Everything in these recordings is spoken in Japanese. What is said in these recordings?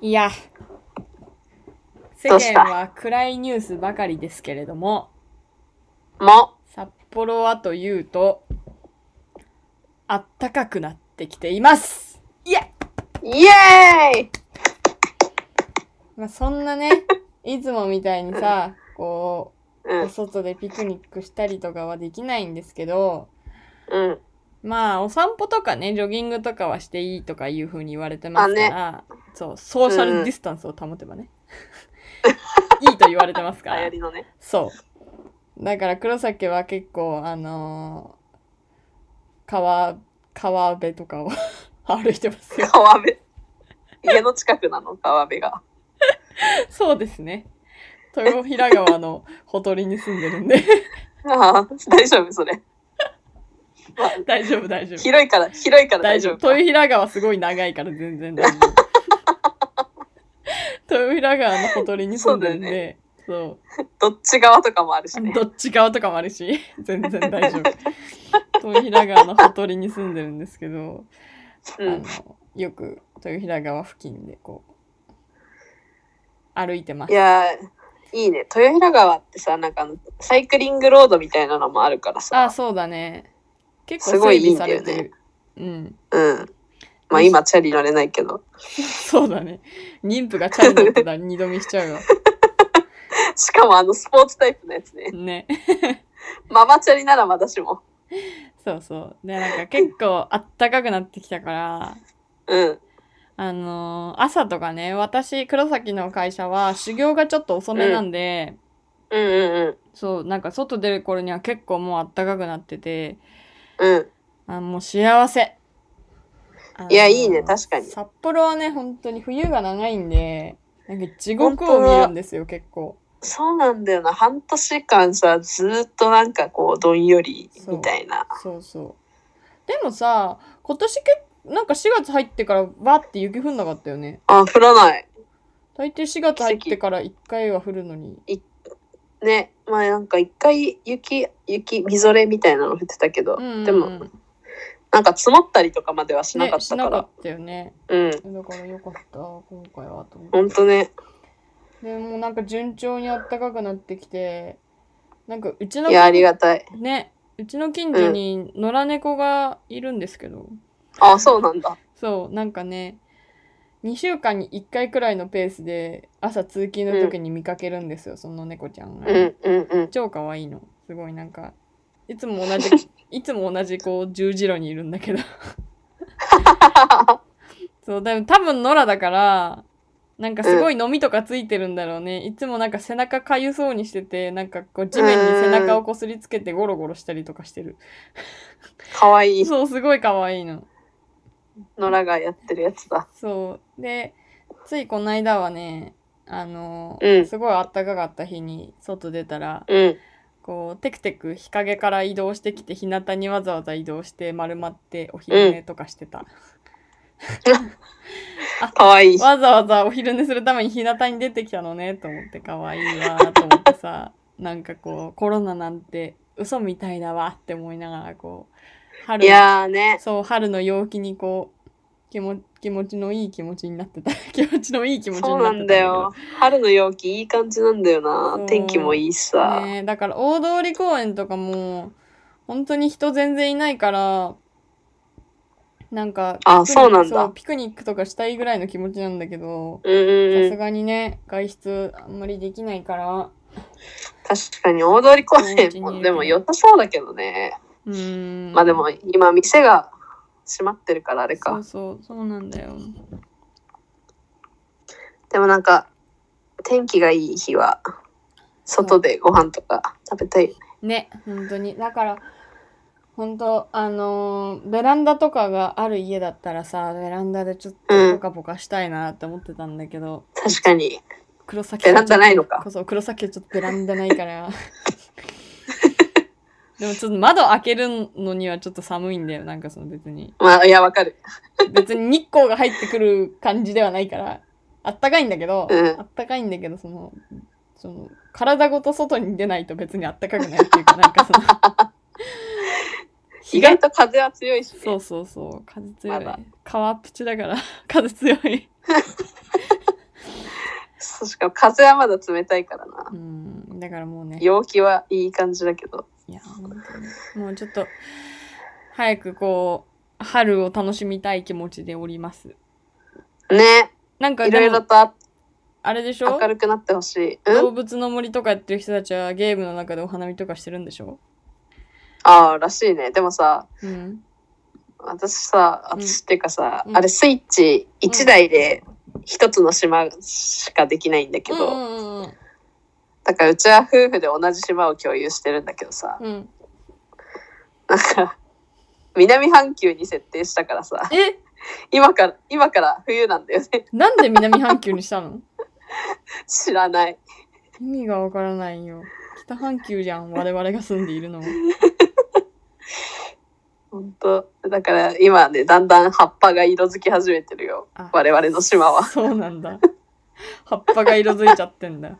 いや、世どうした間は暗いニュースばかりですけれども、も、札幌はというと、あったかくなってきていますいやイエーイまあ、そんな ね、いつもみたいにさ、こうう、おん、外でピクニックしたりとかはできないんですけど、うん。まあ、お散歩とかね、ジョギングとかはしていいとかいうふうに言われてますから、そう、ソーシャルディスタンスを保てば ね、いいと言われてます流から。行りのね。そう。だから黒崎は結構、あのー川、川辺とかを 歩いてます よ。川辺。家の近くなの、川辺が。そうですね。豊平川のほとりに住んでるんで、 ああ、大丈夫、それ。まあ、大丈夫、大丈夫。広いから、広いから大大丈丈夫。。夫豊平川すごい長いから全然大丈 夫。豊平川のほとりに住んでるんで、そう。どっち側とかもあるしね。どっち側とかもあるし、全然大丈 夫。豊平川のほとりに住んでるんですけど、うあん。のよく豊平川付近でこう歩いてまいすやー、いいね。豊平川ってさ、なんかあの、サイクリングロードみたいなのもあるからあさ。そうだね結す構ご整いい備いんさだよれてねるうんうん。まあ今、チャリ乗れないけど。 そうだね妊婦がチャリ乗ってたら二度見しちゃう わしかもあの、スポーツタイプのやつね。ねママチャリならまだしも。そうそうでなんか結構あったかくなってきたからうん。あのー朝とかね私黒崎の会社は修行がちょっと遅めなんで、うんうんそうなんか外出る頃には結構もうあったかくなっててうん。うん。あもう幸せ。いやあのいいね確かに札幌はね、本当に冬が長いんで、なんか地獄を見るんですよ、結構。そうなんだよな。半年間さ、ずーっとなんかこう、どんよりみたいな。そうそう。でもさ、今年結なんか4月入ってからわって雪降んなかったよね。あ、降らない。大抵4月入ってから1回は降るのに。ね。まあなんか一回雪、雪、みぞれみたいなの降ってたけど、うんうんうんでも、なんか積もったりとかまではしなね、かったしか。なからったよね。うん。だからよかった、今回はと思ってほんとね。でもなんか順調に暖かくなってきて、なんかうちのいや、ありがたい。ねうちの近所に野良猫がいるんですけど、あ、そうなんだ。そうなんかね2週間に1回くらいのペースで朝通勤の時に見かけるんですよ、その猫ちゃんが、うんうんうん。 超かわいいのすごいなんかいつも同 じいつも同じこう十字路にいるんだけどそうでも多分野良だからなんかすごいのみとかついてるんだろうね、いつもなんか背中かゆそうにしててなんかこう地面に背中をこすりつけてゴロゴロしたりとかしてるかわいい。そう、すごい可愛いの。野良がやってるやつだ。そう。で、ついこの間はね、あの、うんすごい暖かかった日に外出たら、うん。こう、テクテク日陰から移動してきて、日向にわざわざ移動して丸まってお昼寝とかしてた。かわいい。わざわざお昼寝するために日向に出てきたのね、と思って、可愛いわ、と思って さ、なんかこう、コロナなんて嘘みたいだわって思いながら、こう、春いやーね。そう、春の陽気にこう、気も気持ちのいい気持ちになってた。 気持ちのいい気持ちにそうななってたんだよ。春の陽気いい感じなんだよなそう。天気もいいしだけさ。ど。ねえだから大通公園とかも、本当に人全然いないから、なんか、あピクニックそうなんだピクニックとかしたいぐらいの気持ちなんだけど、うんうんさうすん。がにね、外出あんまりできないから、確かに大通公園そうもうちにいるけどでも良さそうだけどね。うーん。まあでも今店が閉まってるからあれそうか。そう、そうなんだよ。でもなんか天気がいい日は外でご飯とか食べたい。ね、本当に。だから、本当あのーベランダとかがある家だったらさ、ベランダでちょっうとんポカポカしたいなって思ってたんだけど、確かに黒崎ベランダないないのか。そう、黒崎はちょっとベランダないから。 でもちょっと窓開けるのにはちょっと寒いんだよ。なんかその別に。まあいやわかる。別に日光が入ってくる感じではないから、あったかいんだけど、うんあったかいんだけど、その、その、体ごと外に出ないと別にあったかくないっていうか、なんかその、 意外と風は強いし、ね。そうそうそう、風強い。まだ川っぷちだから、風強い。そうしかも風はまだ冷たいからなう。んだからもうね陽気はいい感じだけど。いや本当にもうちょっと早くこう春を楽しみたい気持ちでおりますね。なんかいろでいろもとああれでしょ明るくなってほしい。うん動物の森とかやってる人たちはゲームの中でお花見とかしてるんでしょああ、らしいね。でもさ、うん私さ、うん私っていうかさ、うんあれスイッチ1台で一つの島しかできないんだけうんど、うんうんだからうちは夫婦で同じ島を共有してるんだけどさ、うんなんか、南半球に設定したからさ、え今から、今から冬なんだよね。 なんで南半球にしたの知らない。意味がわからないよ北半球じゃん我々が住んでいるの は本当だから今ね、だんだん葉っぱが色づき始めてるよあ。我々の島は。そうなんだ葉っぱが色づいちゃってんだ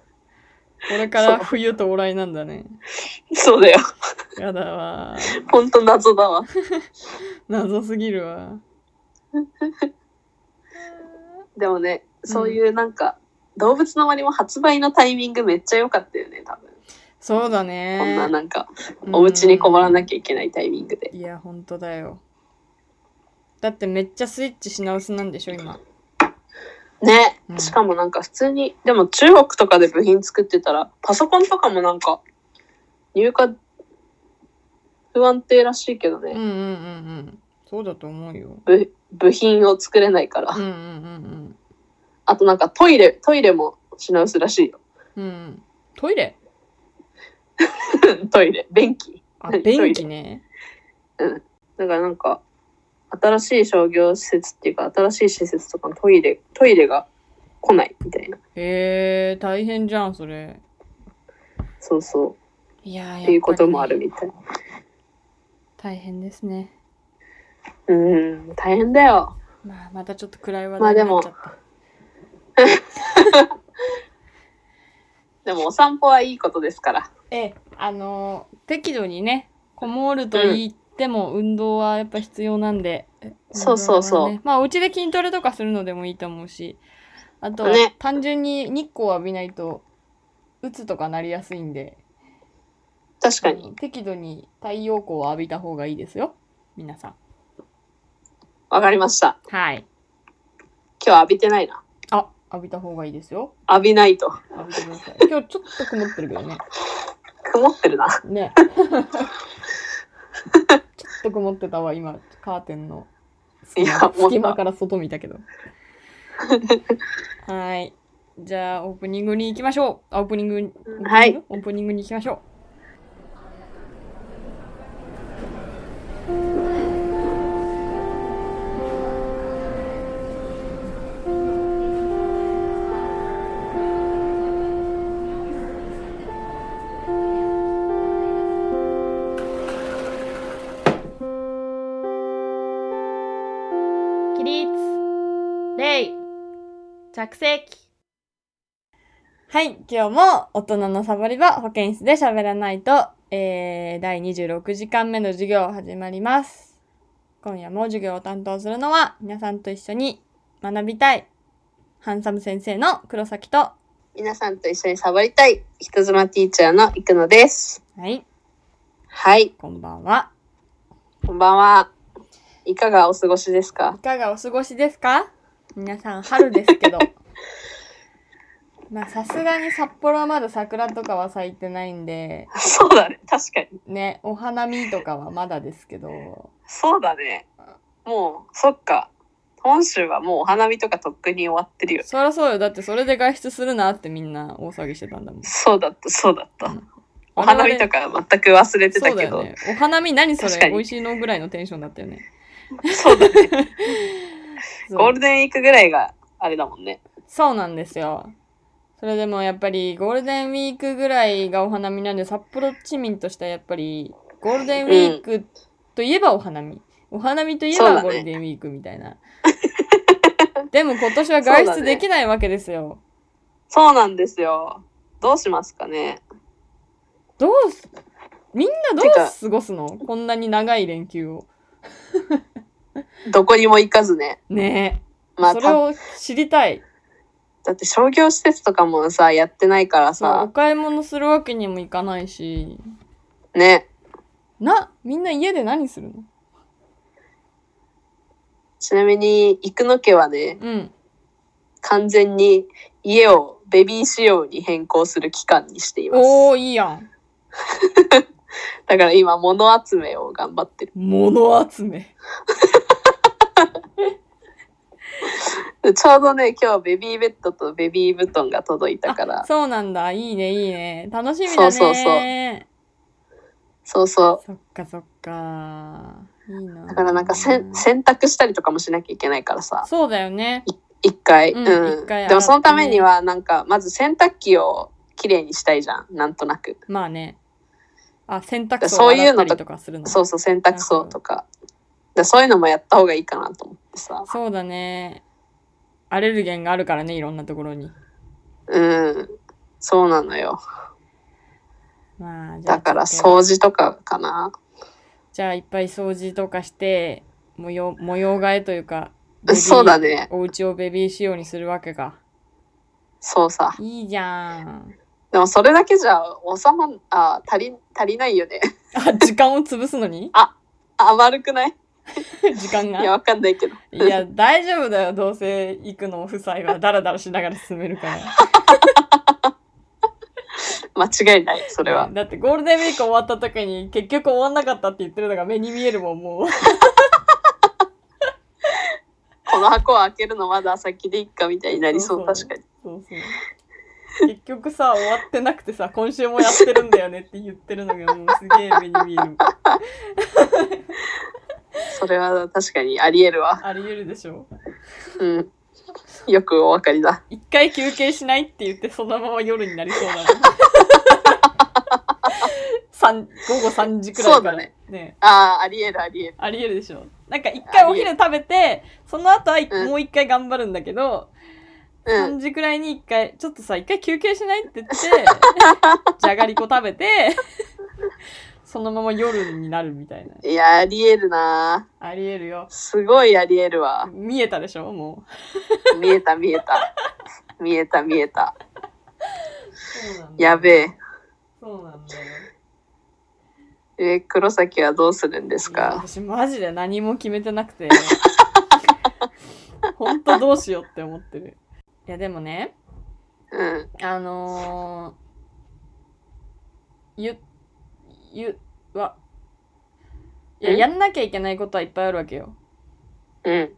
これから冬到来なんだねそうだよ。やだわー本当謎だわ。謎すぎるわでもね、そういうなんか、動物の森も発売のタイミングめっちゃ良かったよね、多分。そうだこんなねなんか、お家にこもらなゃきゃいけないタイミングで。いや本当だよだってめっちゃスイッチし直すなんでしょ今ねう。んしかもなんか普通に、でも中国とかで部品作ってたら、パソコンとかもなんか、入荷不安定らしいけどうんうね。んうんうんそうだと思うよ部部品を作れないから。うんうんうんあとなんかトイレ、トイレも品薄らしいよ。 うんうんトイレトイレ、便器。あトイレ便器ねだからなんか、新しい商業施設っていうか、新しい施設とかのトイレ、トイレが来ないみたいな。へえ大変じゃんそれそうそう。いやーやっっぱてりいうこともあるみたい。大変ですねうん、大変だよ。まあまたちょっと暗い話まあ題でになもっちゃった、でもお散歩はいいことですから。ええあのー適度にねこもると言っても運動はやっぱ必要なんで、そうそうそう運動はねまあお家で筋トレとかするのでもいいと思うしあとはね単純に日光を浴びないとうつとかなりやすいんで確かに。適度に太陽光を浴びた方がいいですよ皆さんわかりました。はい今日浴びてないな。あ浴びた方がいいですよ浴びないと。浴びてください今日ちょっと曇ってるけどね曇ってるな。ねちょっと曇ってたわ今カーテンの隙いや間思った隙間から外見たけどはいじゃあオープニングに行きましょうあオープニングにはいオープニングに行きましょう起立礼着席はい、今日も大人のサボり場保健室で喋らないと、えー、第26時間目の授業始まります。今夜も授業を担当するのは皆さんと一緒に学びたいハンサム先生の黒崎と、は皆さんと一緒にサボりたい。人妻ティーチャーのいくのです。い、はい。こんばんは。こんばんは。いかがお過ごしですかいかがお過ごしですか皆さん春ですけど。まあさすがに札幌はまだ桜とかは咲いてないんで、そうだね。確かに。ね、お花見とかはまだですけど、そうだね。もう、そっか。本州はもうお花見とかとっくに終わってるよ。そりゃそうよ。だってそれで外出するなってみんな大騒ぎしてたんだもん。そうだった、そうだった。お我々花見とか全く忘れてそたうだけど。よね。お花見何そ確かれに美味しいのぐらいのテンションだったよね。そうだね。そうゴールデンウィークぐらいがあれだもんね。そうなんですよ。それでもやっぱりゴールデンウィークぐらいがお花見なんで、札幌市民としてはやっぱりゴールデンウィークといえばお花見。お花見といえそうばだねゴールデンウィークみたいな。でも今年は外出できないわけですよ。そうなんですよ。どうしますかね。どうす、みんなどうてか過ごすのこんなに長い連休を。どこにも行かずね。ねえ。まあ、それたを知りたい。だって商業施設とかもさ、やってないからそう、おさ、買い物するわけにもいかないし、ね。な、みんな家で何するのちなみに、生野家はね、うん。完全に家をベビー仕様に変更する期間にしています。おー、いいやん。だから今、物集めを頑張ってる。物集め。でちょうどね、今日ベビーベッドとベビー布団が届いたから、そうなんだ。いいね、いいね。楽しみだね。そうそうそうそうそう。そっかそっか。いいな。だからなんかせん洗濯したりとかもしなきゃいけないからさ、そうだよね。一回。ううんん。一回でもそのためには、なんか、まず洗濯機をきれいにしたいじゃん。なんとなく。まあね。あ、洗濯槽をそうい洗うったのとりとかするの。そうそう、洗濯槽とか。でそういうのもやった方がいいかなと思ってさ。そうだね。アレルゲンがあるからね、いろんなところに。うん。そうなのよ。まあ、じゃあだからちょっと掃除とかかな。じゃあいっぱい掃除とかして、模様、模様替えというか、 そうだね。お家をベビー仕様にするわけか。そうさ。いいじゃ ん。でもそれだけじゃ収まん、あ、足り、足りないよね。 あ、時間を潰すのに あ、悪くない時間いや、が。わかんないけど。いや、大丈夫だよ。どうせ行くの夫妻は、ダラダラしながら進めるから。間違い ない、それは。だってゴールデンウィーク終わった時に結局終わんなかったって言ってるのが目に見えるもん、 もう。この箱を開けるのまだ先でいっかみたいになりそう、そうそう確かに。そうそう。結局さ、終わってなくてさ、今週もやってるんだよねって言ってるのがもうすげえ目に見える。それは確かにあり得るわ。あり得るでしょ。うん。よくお分かりだ。一回休憩しないって言ってそのまま夜になりそうだもん。 三午後3時くらいからそうだねねああ、あり得る、あり得る。ありえるでしょなんか一回お昼食べてその後はうんもう一回頑張るんだけど、うん。 3時くらいに一回ちょっとさ一回休憩しないって 言ってじゃがりこ食べてそのまま夜になるみたいないや、あり得るなありえるよすごいあり得るわ。見えたでしょもう見えた、見えた。見えた、見えた。そうなんやべえ。そうなんだよえー黒崎はどうするんですいやか私マジで何も決めてなく てほんとどうしようって思ってるいやでもねうん。あのー、ゆゆわいやんやんなきゃいけないことはいっぱいあるわけようん。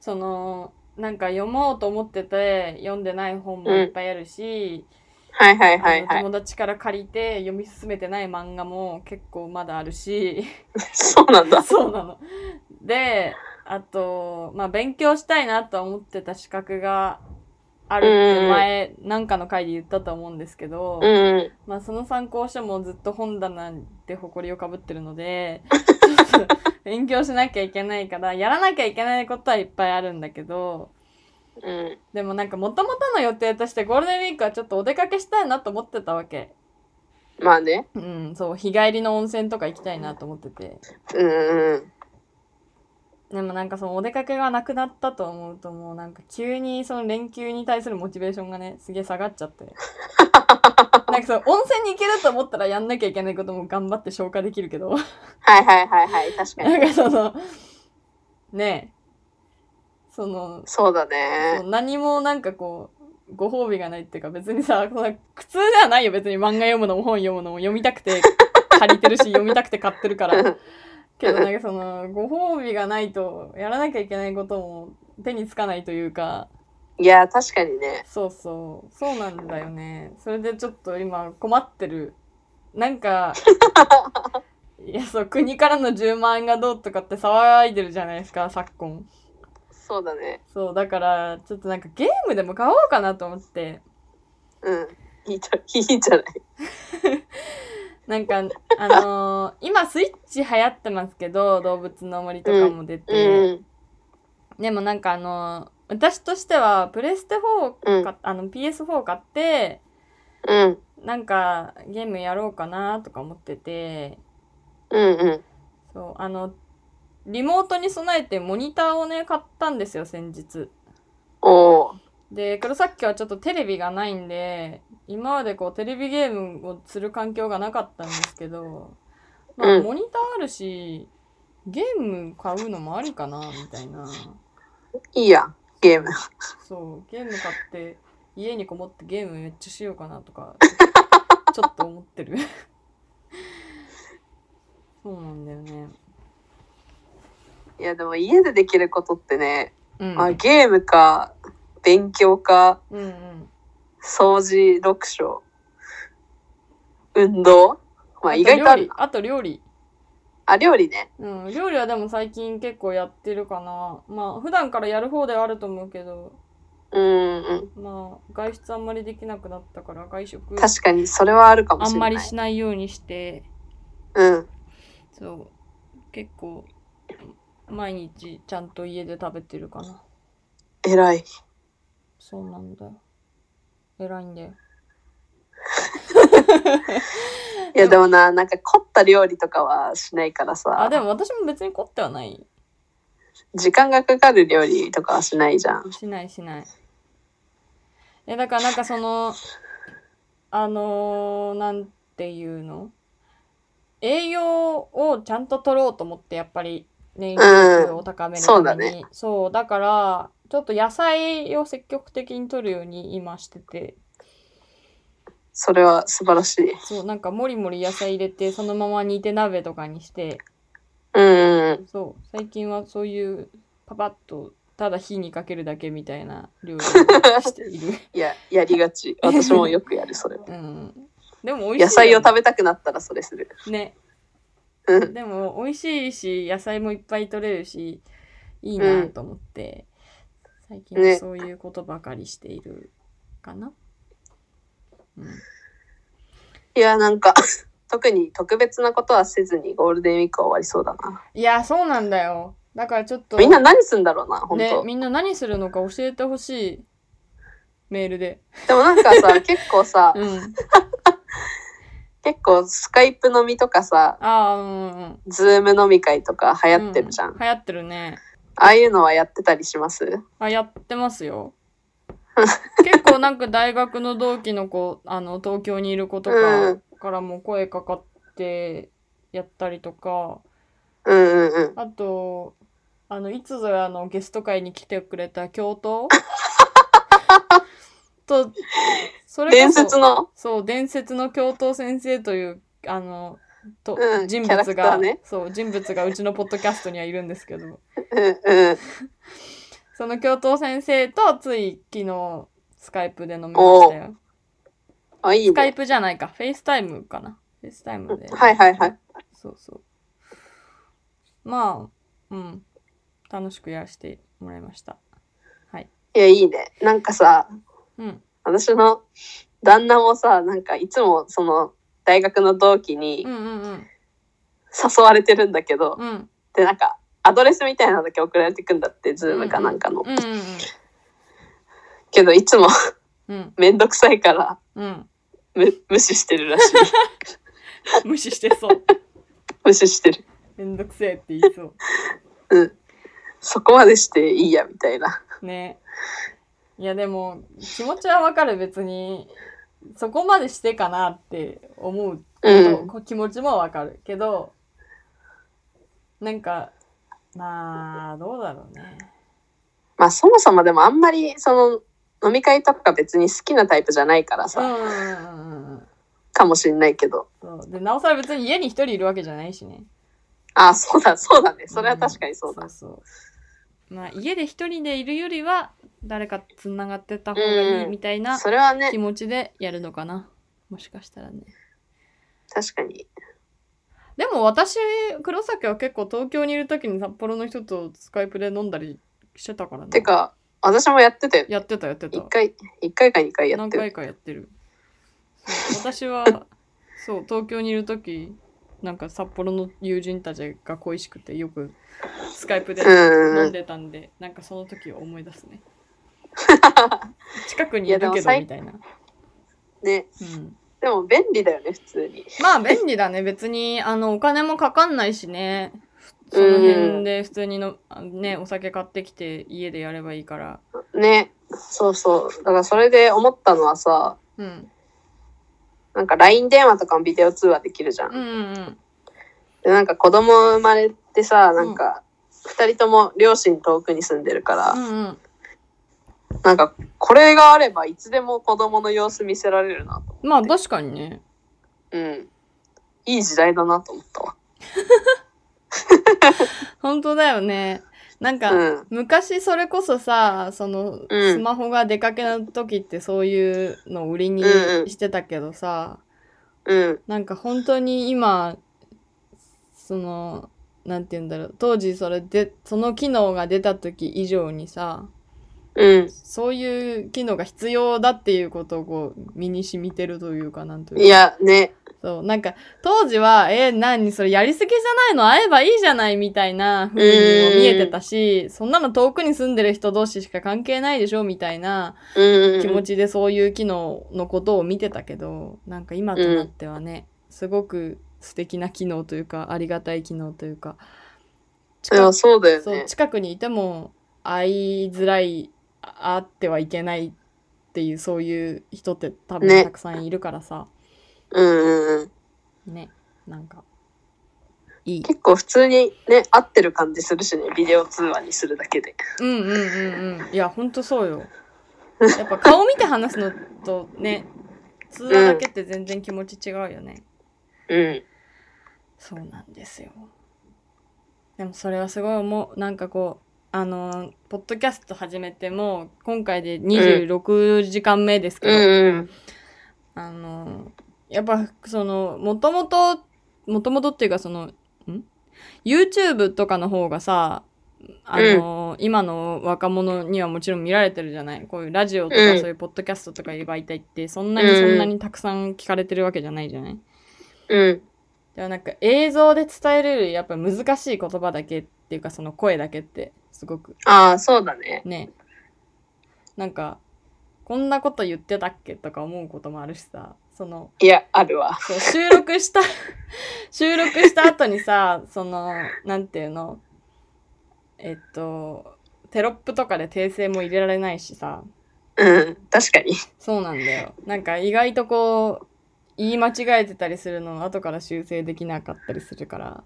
そのなんか読もうと思ってて読んでない本もいっぱいあるし、はいはいはあいのはい。友達から借りて読み進めてない漫画も結構まだあるしそうなん だ。そうなの。で、あと、まあ、勉強したいなとは思ってた資格があるって前、なんかの回で言ったと思うんですけど、うんうん。まあ、その参考書もずっと本棚で埃をかぶってるの で、ちょっと勉強しなきゃいけないから、やらなきゃいけないことはいっぱいあるんだけど、うん。でもなんか元々の予定としてゴールデンウィークはちょっとお出かけしたいなと思ってたわけ。まあね。うん、そう、日帰りの温泉とか行きたいなと思ってて。うんうん。でもなんかそのお出かけがなくなったと思うともうなんか急にその連休に対するモチベーションがねすげえ下がっちゃってなんかその温泉に行けると思ったらやんなきゃいけないことも頑張って消化できるけどはいはいはいはい。確かなんに。かそのねえそのそうだそねう。何もなんかこうご褒美がないっていうか別にさそんな苦痛ではないよ別に漫画読むのも本読むのも読みたくて借りてるし読みたくて買ってるからうんけどなんかそのご褒美がないとやらなきゃいけないことも手につかないというかいや、確かにね。そうそうそうなんだよねそれでちょっと今困ってるなんかいやそう国からの10万円がどうとかって騒いでるじゃないですか昨今そうだね。そうだからちょっとなんかゲームでも買おうかなと思ってうん。いいじゃいいじゃない。なんかあのー今スイッチ流行ってますけど動物の森とかも出て、うん。でもなんかあのー私としてはプレステ4をうん買っあの PS4 を買ってうん。なんかゲームやろうかなとか思っててうんうん。そうあのリモートに備えてモニターをね買ったんですよ先日おーで、黒崎家はちょっとテレビがないんで、今までこうテレビゲームをする環境がなかったんですけど、まあうんモニターあるし、ゲーム買うのもありかな、みたいな。いいやん、ゲーム。そう、ゲーム買って、家にこもってゲームめっちゃしようかなとか、ちょっと思ってる。 そうなんだよね。いや、でも家でできることってね、うん。まあ、ゲームか、勉強か、うんうん。掃除、読書、運動。まあ、意外と料ある理。あと料理。あ、料理ね。うん、料理はでも最近結構やってるかな。まあ、普段からやる方ではあると思うけど、うんうん。まあ、外出あんまりできなくなったから、外食確かに、それはあるかもあしんれなまい。りしないようにして、うん。そう、結構、毎日ちゃんと家で食べてるかな。偉い。そうなんだよ。偉いんだよ。いや、でもな、なんか凝った料理とかはしないからさ。あ、でも私も別に凝ってはない。時間がかかる料理とかはしないじゃん。しないしない。え、だからなんかその、あのー、なんていうの栄養をちゃんと取ろうと思って、やっぱり、ね、免疫力を高めるために、そうだねそう、だから、ちょっと野菜を積極的に取るように今してて、それは素晴らしい。そう、なんかもりもり野菜入れて、そのまま煮て鍋とかにして、うんうんうん。そう最近はそういうパパッとただ火にかけるだけみたいな料理をしている、いや、やりがち。私もよくやる、それは。うん、でも美野味しい菜よをね、食べたくなったらそれする。ねうん。でも美味しいし野菜もいっぱい取れるしいいなと思って、最近はねそういうことばかりしているかな、うん、いや、なんか、 特に特別なことはせずにゴールデンウィークは終わりそうだな。いやそうなんだよだからちょっとみんな何すんだろうな、本ね当、みんな何するのか教えてほしいメールででもなん かさ、結構さ、うん結構スカイプ飲みとかさ、ああうんうんズーム飲み会とか流流行ってるじゃん。あ流行ってるねあいうのはやってたりしますあ、やってますよ。結構なんか大学の同期の子、あの、東京にいる子とうかんからも声かかってやったりとか、うんうんうん。あと、あの、いつぞやあのゲスト会に来てくれた教 頭と、それこそ伝説の、そう、伝説の教頭先生という、あの、とうん人キャラ物クタが、ーねそう、人物がうちのポッドキャストにはいるんですけど、うんうん。その教頭先生とつい昨日スカイプで飲みましたよ。あ、いいスカイね。プじゃないか。フェイスタイムかな。フェイスタイムで。はいはいはい。そうそう。まあ、うん。楽しくやらせてもらいました。いや、いいね。なんかさ、うん。私の旦那もさなんかいつもその大学の同期にうんうんうん。誘われてるんだけど、うん。でなんかアドレスみたいなのだけ送られてくんだってズームかなんかの、うんうんけどいつもうん。うん。めんどくさいからうん。む無視してるら しい無視して そう。無視してるめんどくせえって言いそそこまでしていいやみたいなう。ね。いやでも、気持ちはわかる別に、そこまでしてかなって思ううんこ気持ちもわかるけどなんかまあどうだろうねまあそもそもでもあんまりその飲み会とか別に好きなタイプじゃないからうさ、んうんうんうんかもしんないけどそうでなおさら別に家に一人いるわけじゃないしねあそうだそうだねそれは確かにそうだ、んそうそうまあ家で一人でいるよりは誰かつながってた方がいいうんみたいなそれはね気持ちでやるのかなもしかしたらね確かにでも私黒崎は結構東京にいる時に札幌の人とスカイプで飲んだりしてたからねてか私もやってたよやってたやってた一回一回か二回やっ何てる回かやってるそう私 はそう東京にいる時なんか札幌の友人たちが恋しくてよくスカイプでうん飲んでたんでなんかその時を思い出す ね近くにいいやでるもけど最みたいな、ねうん、でも便利だよね普通にまあ便利だね別にあのお金もかかんないしねその辺で普通にの、あね、お酒買ってきて家でやればいいからねそうそう。だからそれで思ったのはさ、うん。なんか LINE 電話とかもビデオ通話できるじゃん。うんうんで、なんか子供生まれてさ、なんか、二人とも両親遠くに住んでるから、うん。うんうん。なんか、これがあればいつでも子供の様子見せられるなと。まあ確かにね。うん。いい時代だなと思ったわ。本当だよね。なんか、うん昔それこそさ、その、うんスマホが出かけの時ってそういうのを売りにうんうんしてたけどさ、うん。なんか本当に今、その、なんて言うんだろう、当時それで、その機能が出た時以上にさ、うん。そういう機能が必要だっていうことをこう、身に染みてるというか、なんというかいや、ね。そう、なんか、当時は、えー、何それやりすぎじゃないの会えばいいじゃないみたいな風にも見えてたし、そんなの遠くに住んでる人同士しか関係ないでしょみたいなうん。気持ちでそういう機能のことを見てたけど、なんか今となってはね、すごく素敵な機能というか、ありがたい機能というか、いや、そうだよそうね。近くにいても会いづらい、あ会ってはいけないっていう、そういう人って多分ねたくさんいるからさ、うんうんうん。ね、なんか、いい。結構普通にね、合ってる感じするしね、ビデオ通話にするだけで。うんうんうんうん。いや、ほんとそうよ。やっぱ顔見て話すのとね、通話だけって全然気持ち違うよね。うん。そうなんですよ。でもそれはすごい思う。なんかこう、あのー、ポッドキャスト始めてもう、今回で26時間目ですけうど、んあのー、やっぱその、もともと、もともとっていうかその、ん ?YouTube とかの方がさ、あのー今の若者にはもちろん見られてるじゃないこういうラジオとかうんそういうポッドキャストとかいう媒体って、そんなにうんそんなにたくさん聞かれてるわけじゃないじゃないうん。うん。でもなんか映像で伝えるよりやっぱ難しい言葉だけっていうかその声だけってすごくああ、そうだね。ねなんかこんなこと言ってたっけとか思うこともあるしさそのいや、あるわ。そう収録した 収録した後にさそのなんていうのえっとテロップとかで訂正も入れられないしさうん。確かに。そうなんだよなんか意外とこう言い間違えてたりするのを後から修正できなかったりするから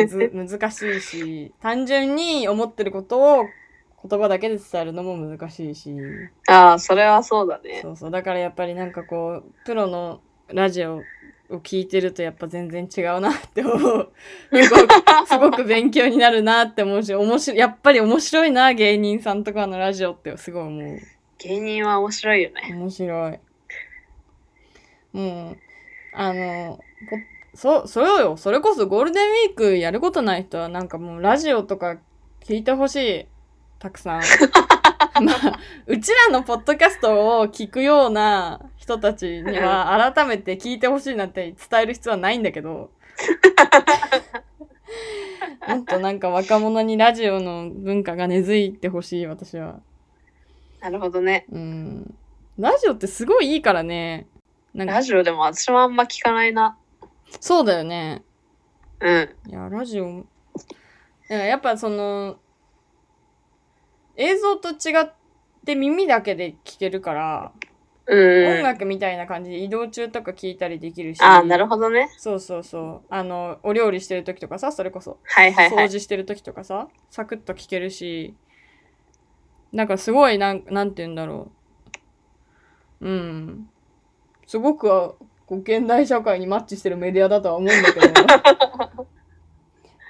むず むず難しいし単純に思ってることを言葉だけで伝えるのも難しいしああ、それはそうだね。そうそうだからやっぱりなんかこうプロのラジオを聞いてるとやっぱ全然違うなって思うすごくすごく勉強になるなって思うし面白いやっぱり面白いな芸人さんとかのラジオってすごい思う。芸人は面白いよね。面白い。もう、あの、ぽそ、そうよ。それこそゴールデンウィークやることない人は、なんかもうラジオとか聞いてほしい。たくさん。まあ、うちらのポッドキャストを聞くような人たちには、改めて聞いてほしいなんて伝える必要はないんだけど。もっとなんか若者にラジオの文化が根付いてほしい、私は。なるほどね。うん。ラジオってすごいいいからね。なんラか、ジオでも私もあんま聞かないな。そうだよね。うん。いや、ラジオ。だからやっぱその、映像と違って耳だけで聴けるから、うん音うん。楽みたいな感じで移動中とか聴いたりできるし。ああ、なるほどね。そうそうそう。あの、お料理してる時とかさ、それこそ。はいはいは掃い。除してる時とかさサクッと聞けるしなんかすごいなんなんて言うんだろううんすごくこう現代社会にマッチしてるメディアだとは思うんだけ ど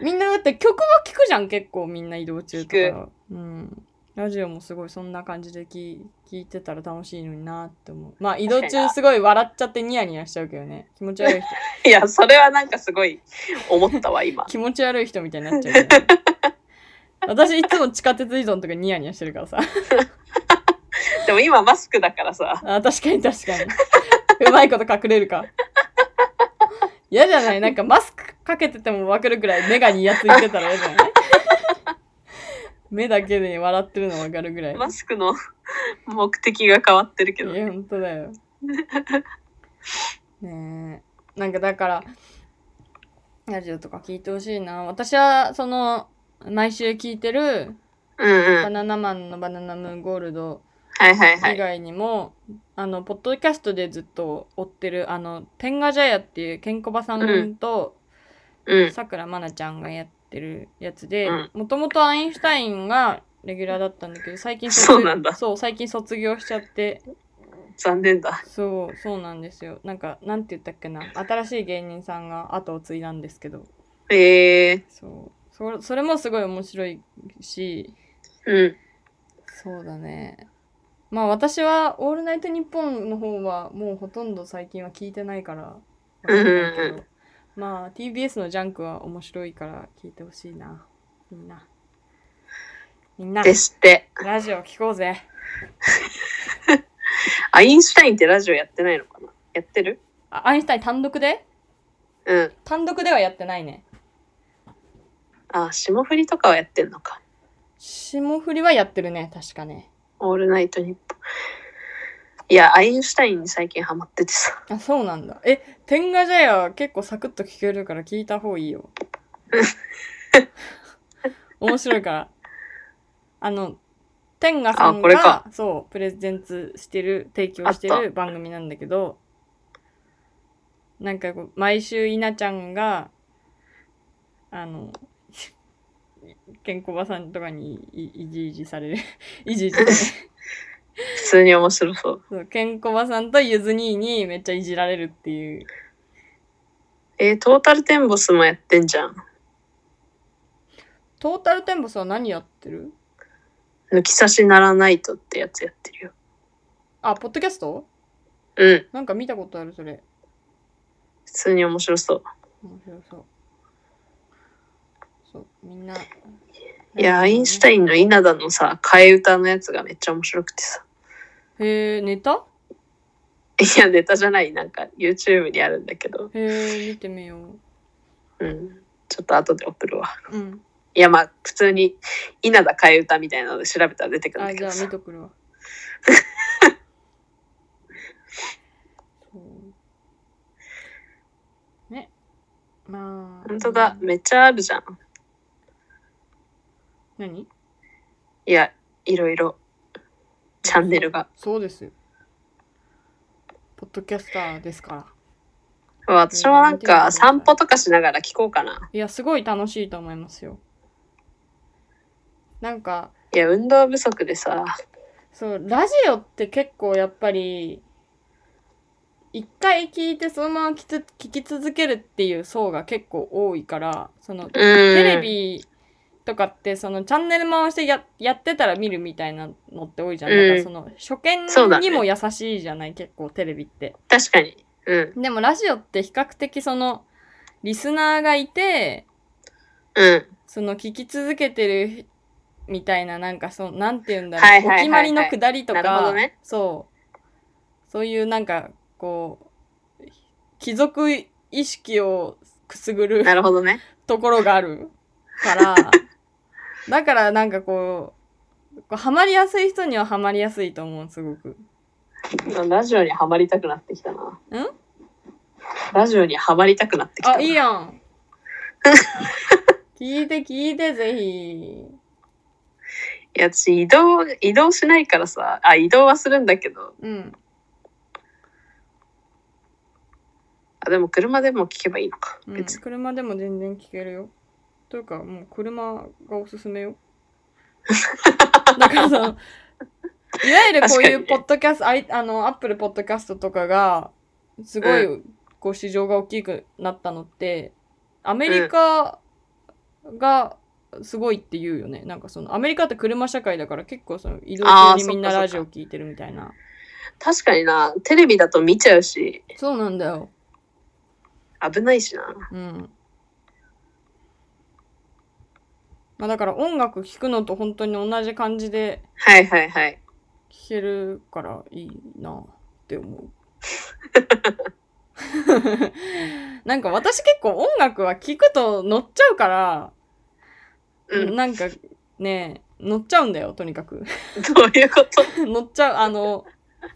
みんなだって曲は聞くじゃん結構みんな移動中とか聞、うん、ラジオもすごいそんな感じで聞聞いてたら楽しいのになって思うまあ移動確か中にすごい笑っちゃってニヤニヤしちゃうけどね気持ち悪い人いや、それはなんかすごい 思ったわ、今。気持ち悪い人みたいになっちゃ うよね、私いつも地下鉄依存とかニヤニヤしてるからさ。でも今マスクだからさ。あ確かに確かに。うまいこと隠れるか。嫌じゃないなんかマスクかけてても分かるくらい目がにやついてたら嫌じゃない目だけで笑ってるの分かるぐらい。マスクの 目的が変わってるけどい。や、本当だよ。ねえ。なんかだから、ラジオとか聞いてほしいな。私は、その、毎週聞いてる、うんうん。バはいナナマンのバナナムーンゴールドはいは以い。外にも、あの、ポッドキャストでずっと追ってる、あの、テンガジャヤっていうケンコバさんと、うん。さくらまなちゃんがやってるやつでうん、もともとアインシュタインがレギュラーだったんだけど、最近卒そうなんだそう、最近卒業しちゃって、残念だ。そう、そうなんですよ。なんか、なんて言ったっけな。新しい芸人さんが後を継いだんですけど、へえ。そう。そそれもすごい面白いし、うん。そうだね。まあ私は、オールナイトニッポンの方は、もうほとんど最近は聞いてないから、わかんないけうんうんど。まあ TBS のジャンクは面白いから聞いてほしいな。みんな。みんな、ですって。ラジオ聞こうぜ。アインシュタインってラジオやってないのかなやってるあ、アインシュタイン単独でうん。単独ではやってないね。あ、霜降りとかはやってんのか。霜降りはやってるね、確かね。オールナイトニッポン。いや、アインシュタインに最近ハマっててさ。あ、そうなんだ。え、天ガジャヤは結構サクッと聞けるから聞いた方がいい よ。面白いから。あの、天ガさんあこれがか、そう、プレゼンツしてる、提供してあっる番組なんだけど、なんかこう、毎週稲ちゃんが、あの、ケンコバさんとかにいいいじいじされる。いじいじされる。普通に面白そう。そうケンコバさんとゆず兄にめっちゃいじられるっていう。えートータルテンボスもやってんじゃん。トータルテンボスは何やってる抜き差しならないとってやつやってるよ。あ、ポッドキャストうん。なんか見たことある、それ。普通に面白そう。面白そう。そう、みんな。いや、アインシュタイインの稲田のさ、替え歌のやつがめっちゃ面白くてさ。ン。へえ、ネタいや、ネタじゃない。なんか、YouTube にあるんだけど。へえ、見てみよう。うん。ちょっと後で送るわ。うん。いや、まあ、普通に、稲田替え歌みたいなので調べたら出てくるあ、んだけじゃどあさ見。と くるわ。そうね。まあ。本当だ。めっちゃあるじゃん。何いや、いろいろ。チャンネルが。そうですよ。ポッドキャスターですから。私もなんか、散歩とかしながら聞こうかな。いや、すごい楽しいと思いますよ。なんか、いや、運動不足でさ。そう、ラジオって結構やっぱり、一回聞いてそのまま聞つ聞き続けるっていう層が結構多いから、その、うん。テレビとかってそのチャンネル回してややってたら見るみたいなのって多いじゃん。うんなんかその、初そうだ見ねにも優しいじゃない、結構テレビって。確かに。うん。でもラジオって比較的その、リスナーがいて、うん。その聞き続けてるみたいな、なんかその、なんて言うんだろう、はいはいはいはおい決まりのくだりとなるほか、どねそう、そういうなんか、こう、貴族意識をくすぐるなるほどね。ところがある から、だからなんかこう、こうハマりやすい人にはハマりやすいと思う、すごく。ラジオにはまりたくなってきたな。んラジオにはまりたくなってきたな。あ、いいや ん。聞いて聞いて、ぜひ。いや、私移動、移動しないからさ、あ、移動はするんだけど、うん。あ、でも車でも聞けばいいのか。うん、別に。車でも全然聞けるよ。というか、もう車がおすすめ よ。だからその、いわゆるこういう確かポにねッドキャスト、あいあの、アップルポッドキャストとかが、すごい、うこう市場が大きくなったのって、アメリカがすごいって言うよね。なんかその、アメリカって車社会だから結構その、移動中あーにみんなそっラかジそっかオ聞いてるみたいな。確かにな、テレビだと見ちゃうし、そうなんだよ。危ないしな。うん。まあだから音楽聴くのと本当に同じ感じではいはいはい。聴けるからいいなって思 う。なんか私結構音楽は聴くと乗っちゃうから、 うん。なんかね、乗っちゃうんだよ、とにかく。 どういうこと乗っちゃう、あの、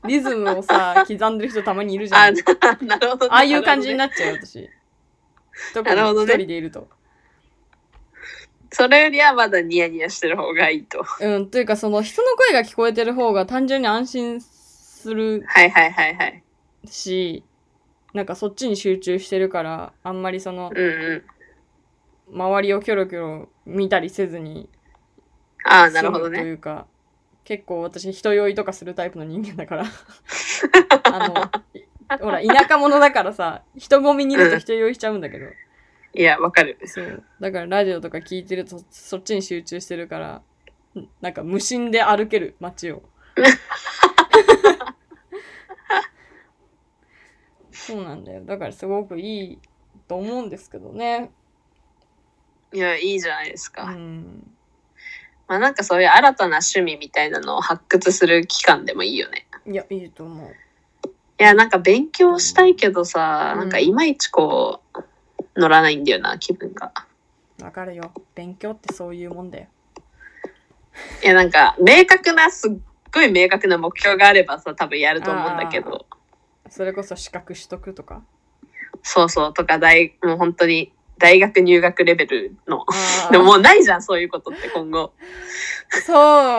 リズムを さ、刻んでる人たまにいるじゃあ、ん。ななるほどね、ああいう感じになるなっちゃう、私。特なにるほど一ね人でいると。それよりはまだニヤニヤしてる方がいいと。うん、というかその人の声が聞こえてる方が単純に安心するはいはいはいはい。し、なんかそっちに集中してるから、あんまりその、うんうん。周りをキョロキョロ見たりせずに、ああ、なるほど済むとね。いうか、結構私人酔いとかするタイプの人間だ から。あの、ほら、田舎者だからさ、人混みにいると人酔いしちゃうんだけど。いや、わかる。そう。だからラジオとか聞いてると、そっちに集中してるから、んなんか無心で歩ける街 を。そうなんだよ。だからすごくいいと思うんですけどね。いや、いいじゃないですか。うん。まあなんかそういう新たな趣味みたいなのを発掘する期間でもいいよね。いや、いいと思う。いや、なんか勉強したいけどさ、うんなんかいまいちこう、乗らないんだよな、気分が。わかるよ。勉強ってそういうもんだよ。いや、なんか、明確な、すっごい明確な目標があればさ、多分やると思うんだけど、それこそ資格取得とか。そうそうとか大、もう本当に、大学入学レベルの。あー でももうないじゃん、そういうことって今後。そう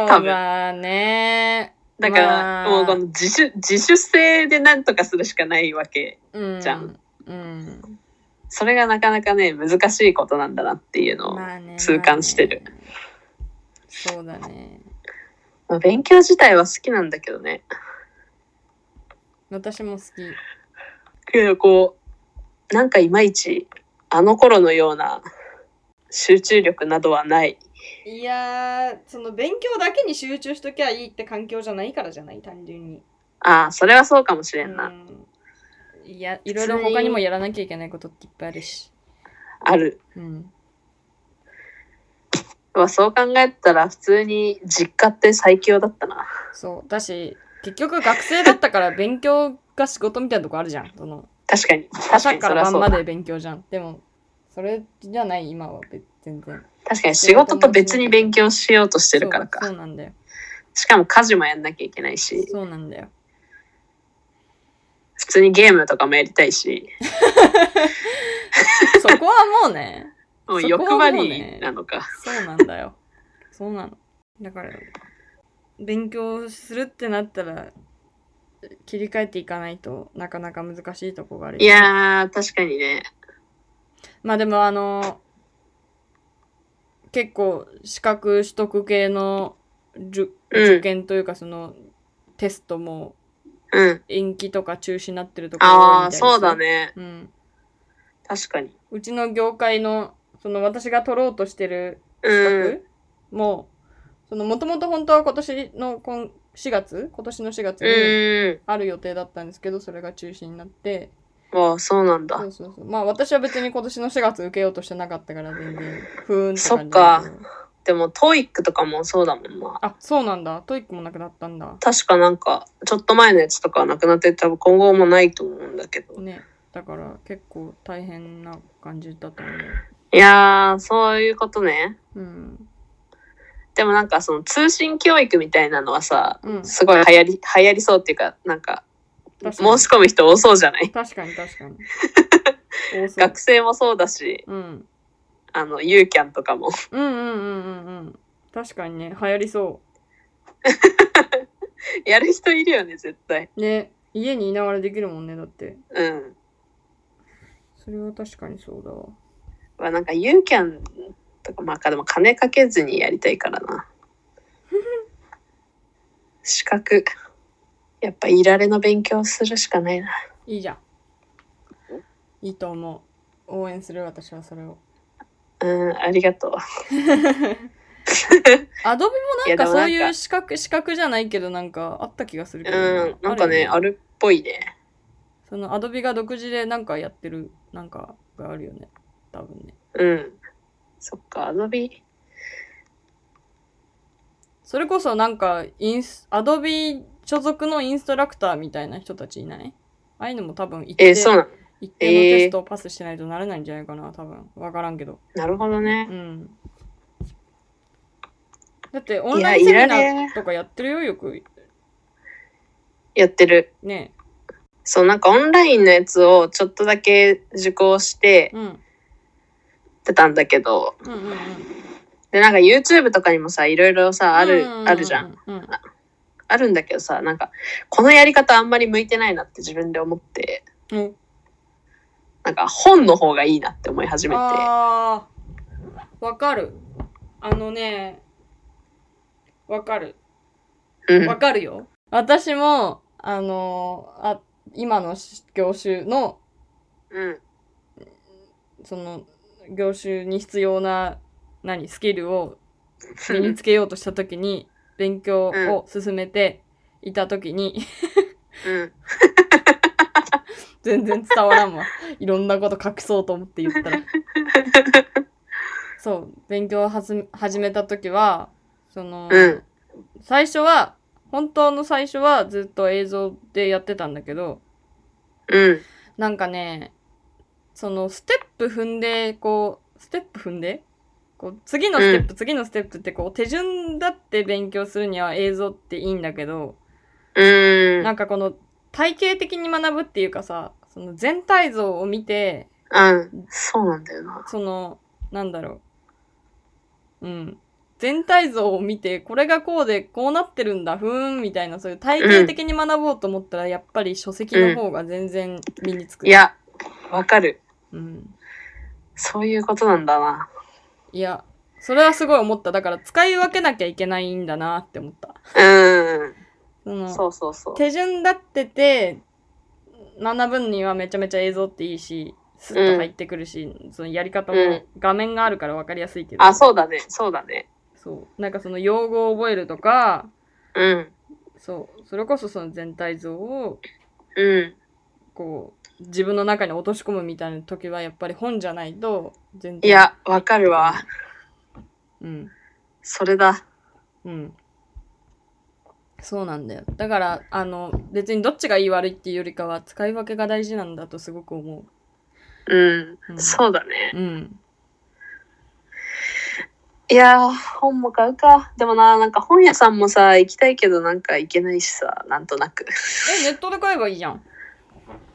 だね。だから、まあもうこの自主、自主性でなんとかするしかないわけ。うん。じゃん。うん。それがなかなかね、難しいことなんだなっていうのを。まあね痛感してる。まあねそうだね。まあ、勉強自体は好きなんだけどね。私も好き。けどこう、なんかいまいち、あの頃のような集中力などはない。いやー、その勉強だけに集中しときゃいいって環境じゃないからじゃない単純に。ああ、それはそうかもしれんな。うん、いや、いろいろ他にもやらなきゃいけないことっていっぱいあるし。ある。うん。うわそう考えたら普通に実家って最強だったな。そう。だし、結局学生だったから勉強が仕事みたいなとこあるじゃん。その確かに。確か朝にかそれらはそ晩うまだ。で勉強じゃん。でも、それじゃない、今は別全然。確かに仕事と別に勉強しようとしてるからそう。か。そうなんだよ。しかも家事もやんなきゃいけないし、そうなんだよ。普通にゲームとかもやりたいし、そこはもうね、もうそこ欲は張もうねりなのか。そうなんだよ。そうなの。だから、勉強するってなったら、切り替えていかないとなかなか難しいとこがある。いやー、確かにね。まあでもあの、結構資格取得系の受うん受験というかその、テストもうん。延期とか中止になってるところあ多いあ、みたいですそうだ。ね。うん。確かに。うちの業界の、その私が取ろうとしてる資うん。格も、そのもともと本当は今年の今4月今年の4月にうある予定だったんですけど、それが中止になってん。わあ、そうなんそだ。うそうそうまあ私は別に今年の4月受けようとしてなかったから全然ふーんってそ感っじだかけどでも、トイックとかもそうだもんな。あそうなんだトイックもなくなったんだ確かなんか、ちょっと前のやつとかはなくなって、多分今後もないと思うんだけど。ねだから結構大変な感じだったのでいやー、そういうことね。うんでもなんかその通信教育みたいなのはさ、うんすごい流行り、流行りそうっていうか、なんか、申確かにし込む人多そうじゃない確かに確 かに多そう学生もそうだし、うんあの、ユーキャンとかも。 うんうんうんうんうん確かにね流行りそやる人いるよね、絶対。うね家にいながらできるもんねだってうん。それは確かにそうだわ。まあなんか、ユーキャンとか、まあでも金かけずにやりたいか らな。資格。やっぱ、いられの勉強するしかないな。いいじゃん。いいと思う。応援する私はそれを。うん、ありがとう。アドビもなんいやでかもそなんかういう資格、資格じゃないけどなんかあった気がするけど。うん、なんかね、あるよあるっぽいね。そのアドビが独自でなんかやってるなんかがあるよね。多分ね。うん。そっか、アドビ。それこそなんかインス、アドビ所属のインストラクターみたいな人たちいないああいうのも多分一定,、えー、そうなの。一定のテストをパスしてないとなれないんじゃないかな、多分。わからんけど。なるほどね。うんだってオンラインセミナーとかやってるよよくやってる。ねそう、なんかオンラインのやつをちょっとだけ受講してうんてたんだけど、うんうんうんで、なんか YouTube とかにもさ、いろいろさ、ある、あるじゃん。。うん。あるんだけどさ、なんか、このやり方あんまり向いてないなって自分で思って、うん。なんか本の方がいいなって思い始めて。ああ、わかる。あのね、わかる。うん。わかるよ。私も、あのーあ、今の業種の、うん。その、業種に必要な、何、スキルを身につけようとしたときに、勉強を進めていたときに、うん。全然伝わらんわ。 いろんなこと隠そうと思って言ったら。そう、勉強をはず始めた時は、その、うん最初は、本当の最初はずっと映像でやってたんだけど、うん。なんかね、そのステップ踏んで、こう、ステップ踏んで、こう次のステップ、次のステップってこう手順だって勉強するには映像っていいんだけど、うん。なんかこの体系的に学ぶっていうかさ、その全体像を見て、うん。そうなんだよな。その、なんだろう。うん。全体像を見て、これがこうで、こうなってるんだ、ふーん、みたいな、そういう体系的に学ぼうと思ったら、やっぱり書籍の方が全然身につく。い。や、わかる。うん。そういうことなんだな。いや、それはすごい思った。だから、使い分けなきゃいけないんだなって思った。うん。そのそうそうそう。手順立ってて学ぶにはめちゃめちゃ映像っていいしスッと入ってくるし、そのやり方うんも画面があるから分かりやすいけど、あ、そうだね。そうだね。そうなんかその用語を覚えるとかうん。そうそれこそその全体像をうん。こう自分の中に落とし込むみたいな時はやっぱり本じゃないと全いや、わかるわ。うんそれだ。うんそうなんだよだからあの別にどっちがいい悪いっていうよりかは使い分けが大事なんだとすごく思うん。うんそうだね。ううんいやー、本も買うか。でもな、なんか本屋さんもさ、行きたいけどなんか行けないしさ、なんとなく。 え、ネットで買えばいいじゃん。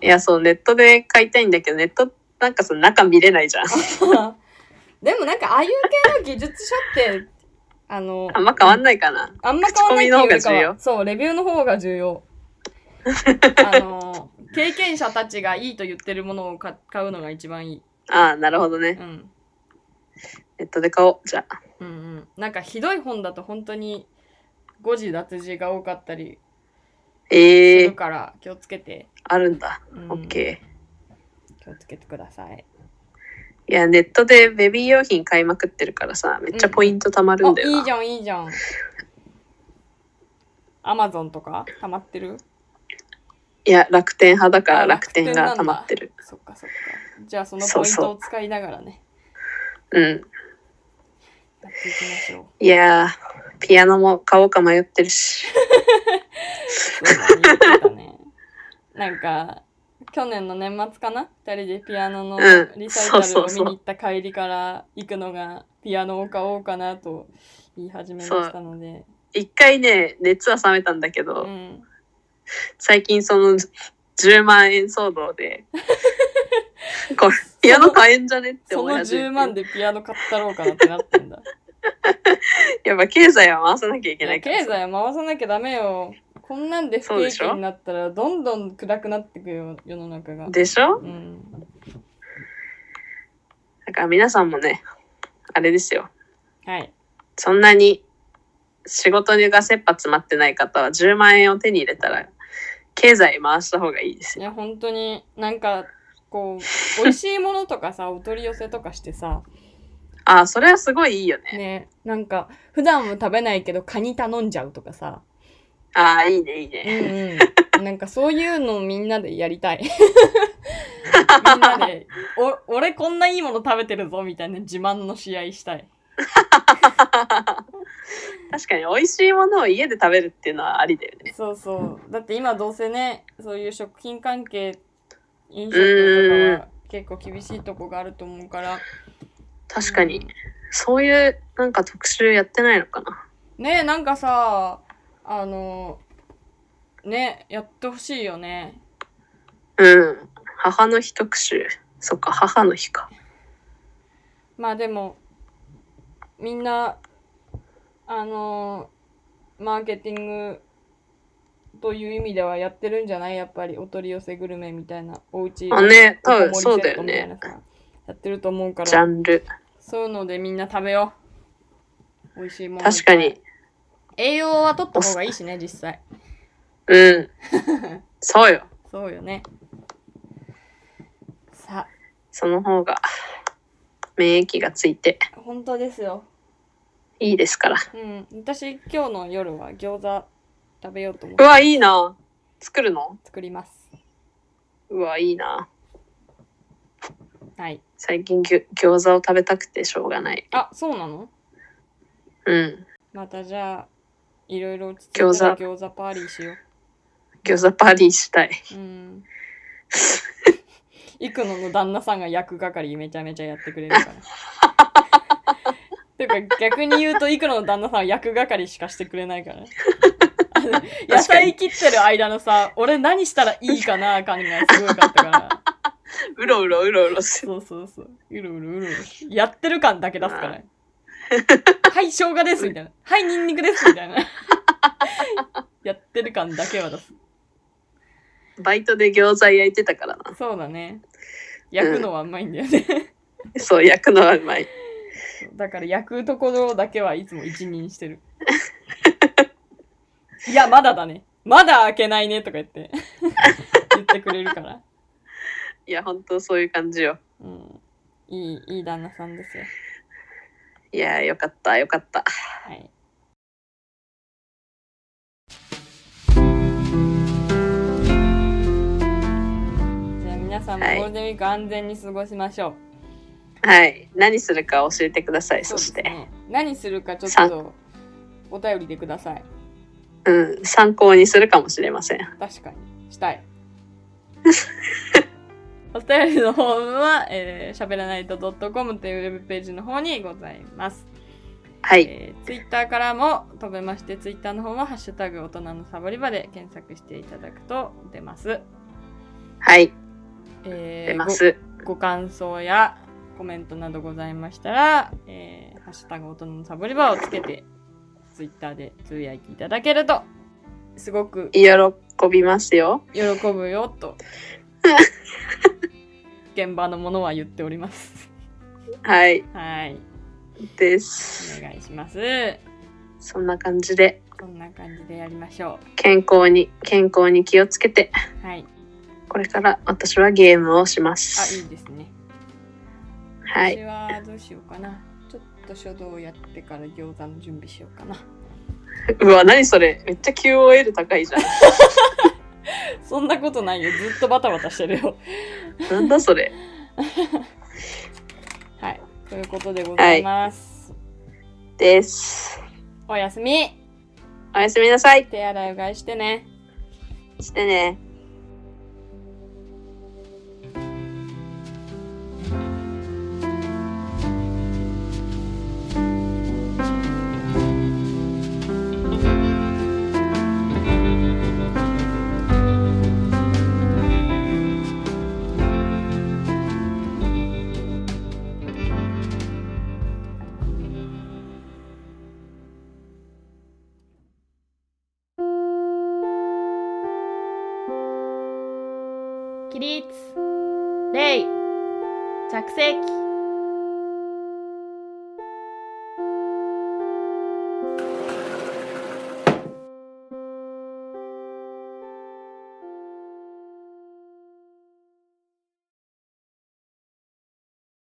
いや、そう、ネットで買いたいんだけど、ネット、なんかその中見れないじゃん。 でもなんか、ああいう系の技術書って、あの、あんま変わんないかな。あんま変わんないっていうよりか口コミの方が重要は、そう、レビューの方が重 要。あの、経験者たちがいいと言ってるものを買買うのが一番いい。ああ、なるほどねう。ん。ネットで買おう。じゃあ。うんうん。なんか、ひどい本だと本当に、誤字脱字が多かったりすええるー、から、気をつけて、あるんだ。うんオッケ気をつけてください。ー。いや、ネットでベビー用品買いまくってるからさ、めっちゃポイント貯まるんあだ、よな。いいじゃん、いいじゃん。アマゾンとか溜まってるいや、楽天派だからあ楽天が楽溜天なんだまってる。そっかそっか。じゃあそのそうポインそうトを使いながらね、うん。やっていきましょう。いやー、ピアノも買おうか迷ってるし。そうだね言ってたね。なんか、去年の年末かな二人でピアノのうんリサイタそルうそうをそう見に行った帰りから行くのがピアノを買おうかなと言い始めましたので。一回ね、熱は冷めたんだけど、うん。最近その10万円騒 動で、これ、ピアノ買えんじゃねってそ思のい始めて。 10万でピアノ買ったろうかなってなってんだ。やっぱ経済は回さなきゃいけいなやい経からさ。済回さなきゃダメよ。こんなんで不そうで景し気ょになったらどんどん暗くなってくよ、世の中が。でしょうん。だから皆さんもね、あれですよ。はい。そんなに仕事が切羽詰まってない方は10万円を手に入れたら、経済回した方がいいですいよ。や本当になんかこう美味しいものとかさお取り寄せとかしてさああ、それはすごいいいよね。ねなんか普段は食べないけどカニ頼んじゃうとかさああ、いいね、いいうんね。うんなんかそういうのをみんなでやりたい みんなでお俺こんないいもの食べてるぞみたいな自慢の試合したい 確かに美味しいものを家で食べるっていうのはありだよね。そうそうだって今どうせねそういう食品関係飲食とかは結構厳しいとこがあると思うから確かに。そういうなんか特集やってないのかな。ねえなんかさあのねやってほしいよねうん。母の日特集。そっか、母の日か。まあでもみんな、あのーマーケティングという意味ではやってるんじゃないやっぱりお取り寄せグルメみたいな、おうちあね、おこも多分りそうだセットよみたいね。なさ。やってると思うかジャら、ンル。そういうのでみんな食べよう。美味しいもの。確かに。。栄養は取った方がいいしね、実際。うん。そうよ。そうよね。さその方が、免疫がついてあ、本当ですよ。いいですから。うん。私、今日の夜は餃子食べようと思っうてわ、いいな。作るの作ります。うわ、いいな。はい。最近ぎょ餃子を食べたくてしょうがない。あ、そうなのうん。またじゃあ、いろいろ落ち着い餃子たら餃子パーリーしよ餃子パーティーしたい。う。 うん。幾野の旦那さんが役係めちゃめちゃやってくれるから。ていうか逆に言うと幾野の旦那さんは役係しかしてくれないからね。あの野菜切ってる間のさ、俺何したらいいかな感がすごいかったから。うろうろうろう ろする。そうそうそう。うるうるうるうる。やってる感だけ出すからね。 はい、生姜ですみたいな。はい、ニンニクですみたいな。 やってる感だけは出す。バイトで餃子焼いてたからな。そうだね。焼くのはうまいんだよね。そう、焼くのはうまい。だから焼くところだけはいつも一任してる。 いや、まだだね。まだ開けないねとか言って。 言ってくれるから。いや、ほんとそういう感じよ。うん。いい、いい旦那さんですよ。いやー、よかった、よかった。はい。じゃあ皆さんもはいゴールデンウィーク安全に過ごしましょう。はい。何するか教えてください、そそうでしすて。ね、何するかちょっさとお便りでください。うん。参考にするかもしれません。確かに。したい。お便りのホームは、えー、しゃべらないと .com というウェブページの方にございます。はい。えー、ツイッターからも飛べまして、ツイッターの方はハッシュタグ大人のサボり場で検索していただくと出ます。はい。えー出ます。ごご感想やコメントなどございましたら、えーハッシュタグ大人のサボり場をつけて、ツイッターでつぶやいていただけると、すごく喜びますよ。喜ぶよ と、現場のものは言っております。はい。はい。ですお。願いします。そんな感じで、こんな感じでやりましょ健康に、健康に気をつけて、う。はい。これから私はゲームをしまあ、いす。いですね。は私い。はどうしようかな。ちょっと書道をやってから餃子の準備しようかな。 うわ、何それ。めっちゃ QOL 高いじゃん。そんなことないよ。ずっとバタバタしてるよ。 なんだそれ。はい。ということでございます。です。おやすみおやすみなさい。手洗いうがいしてね。してね。起立礼着席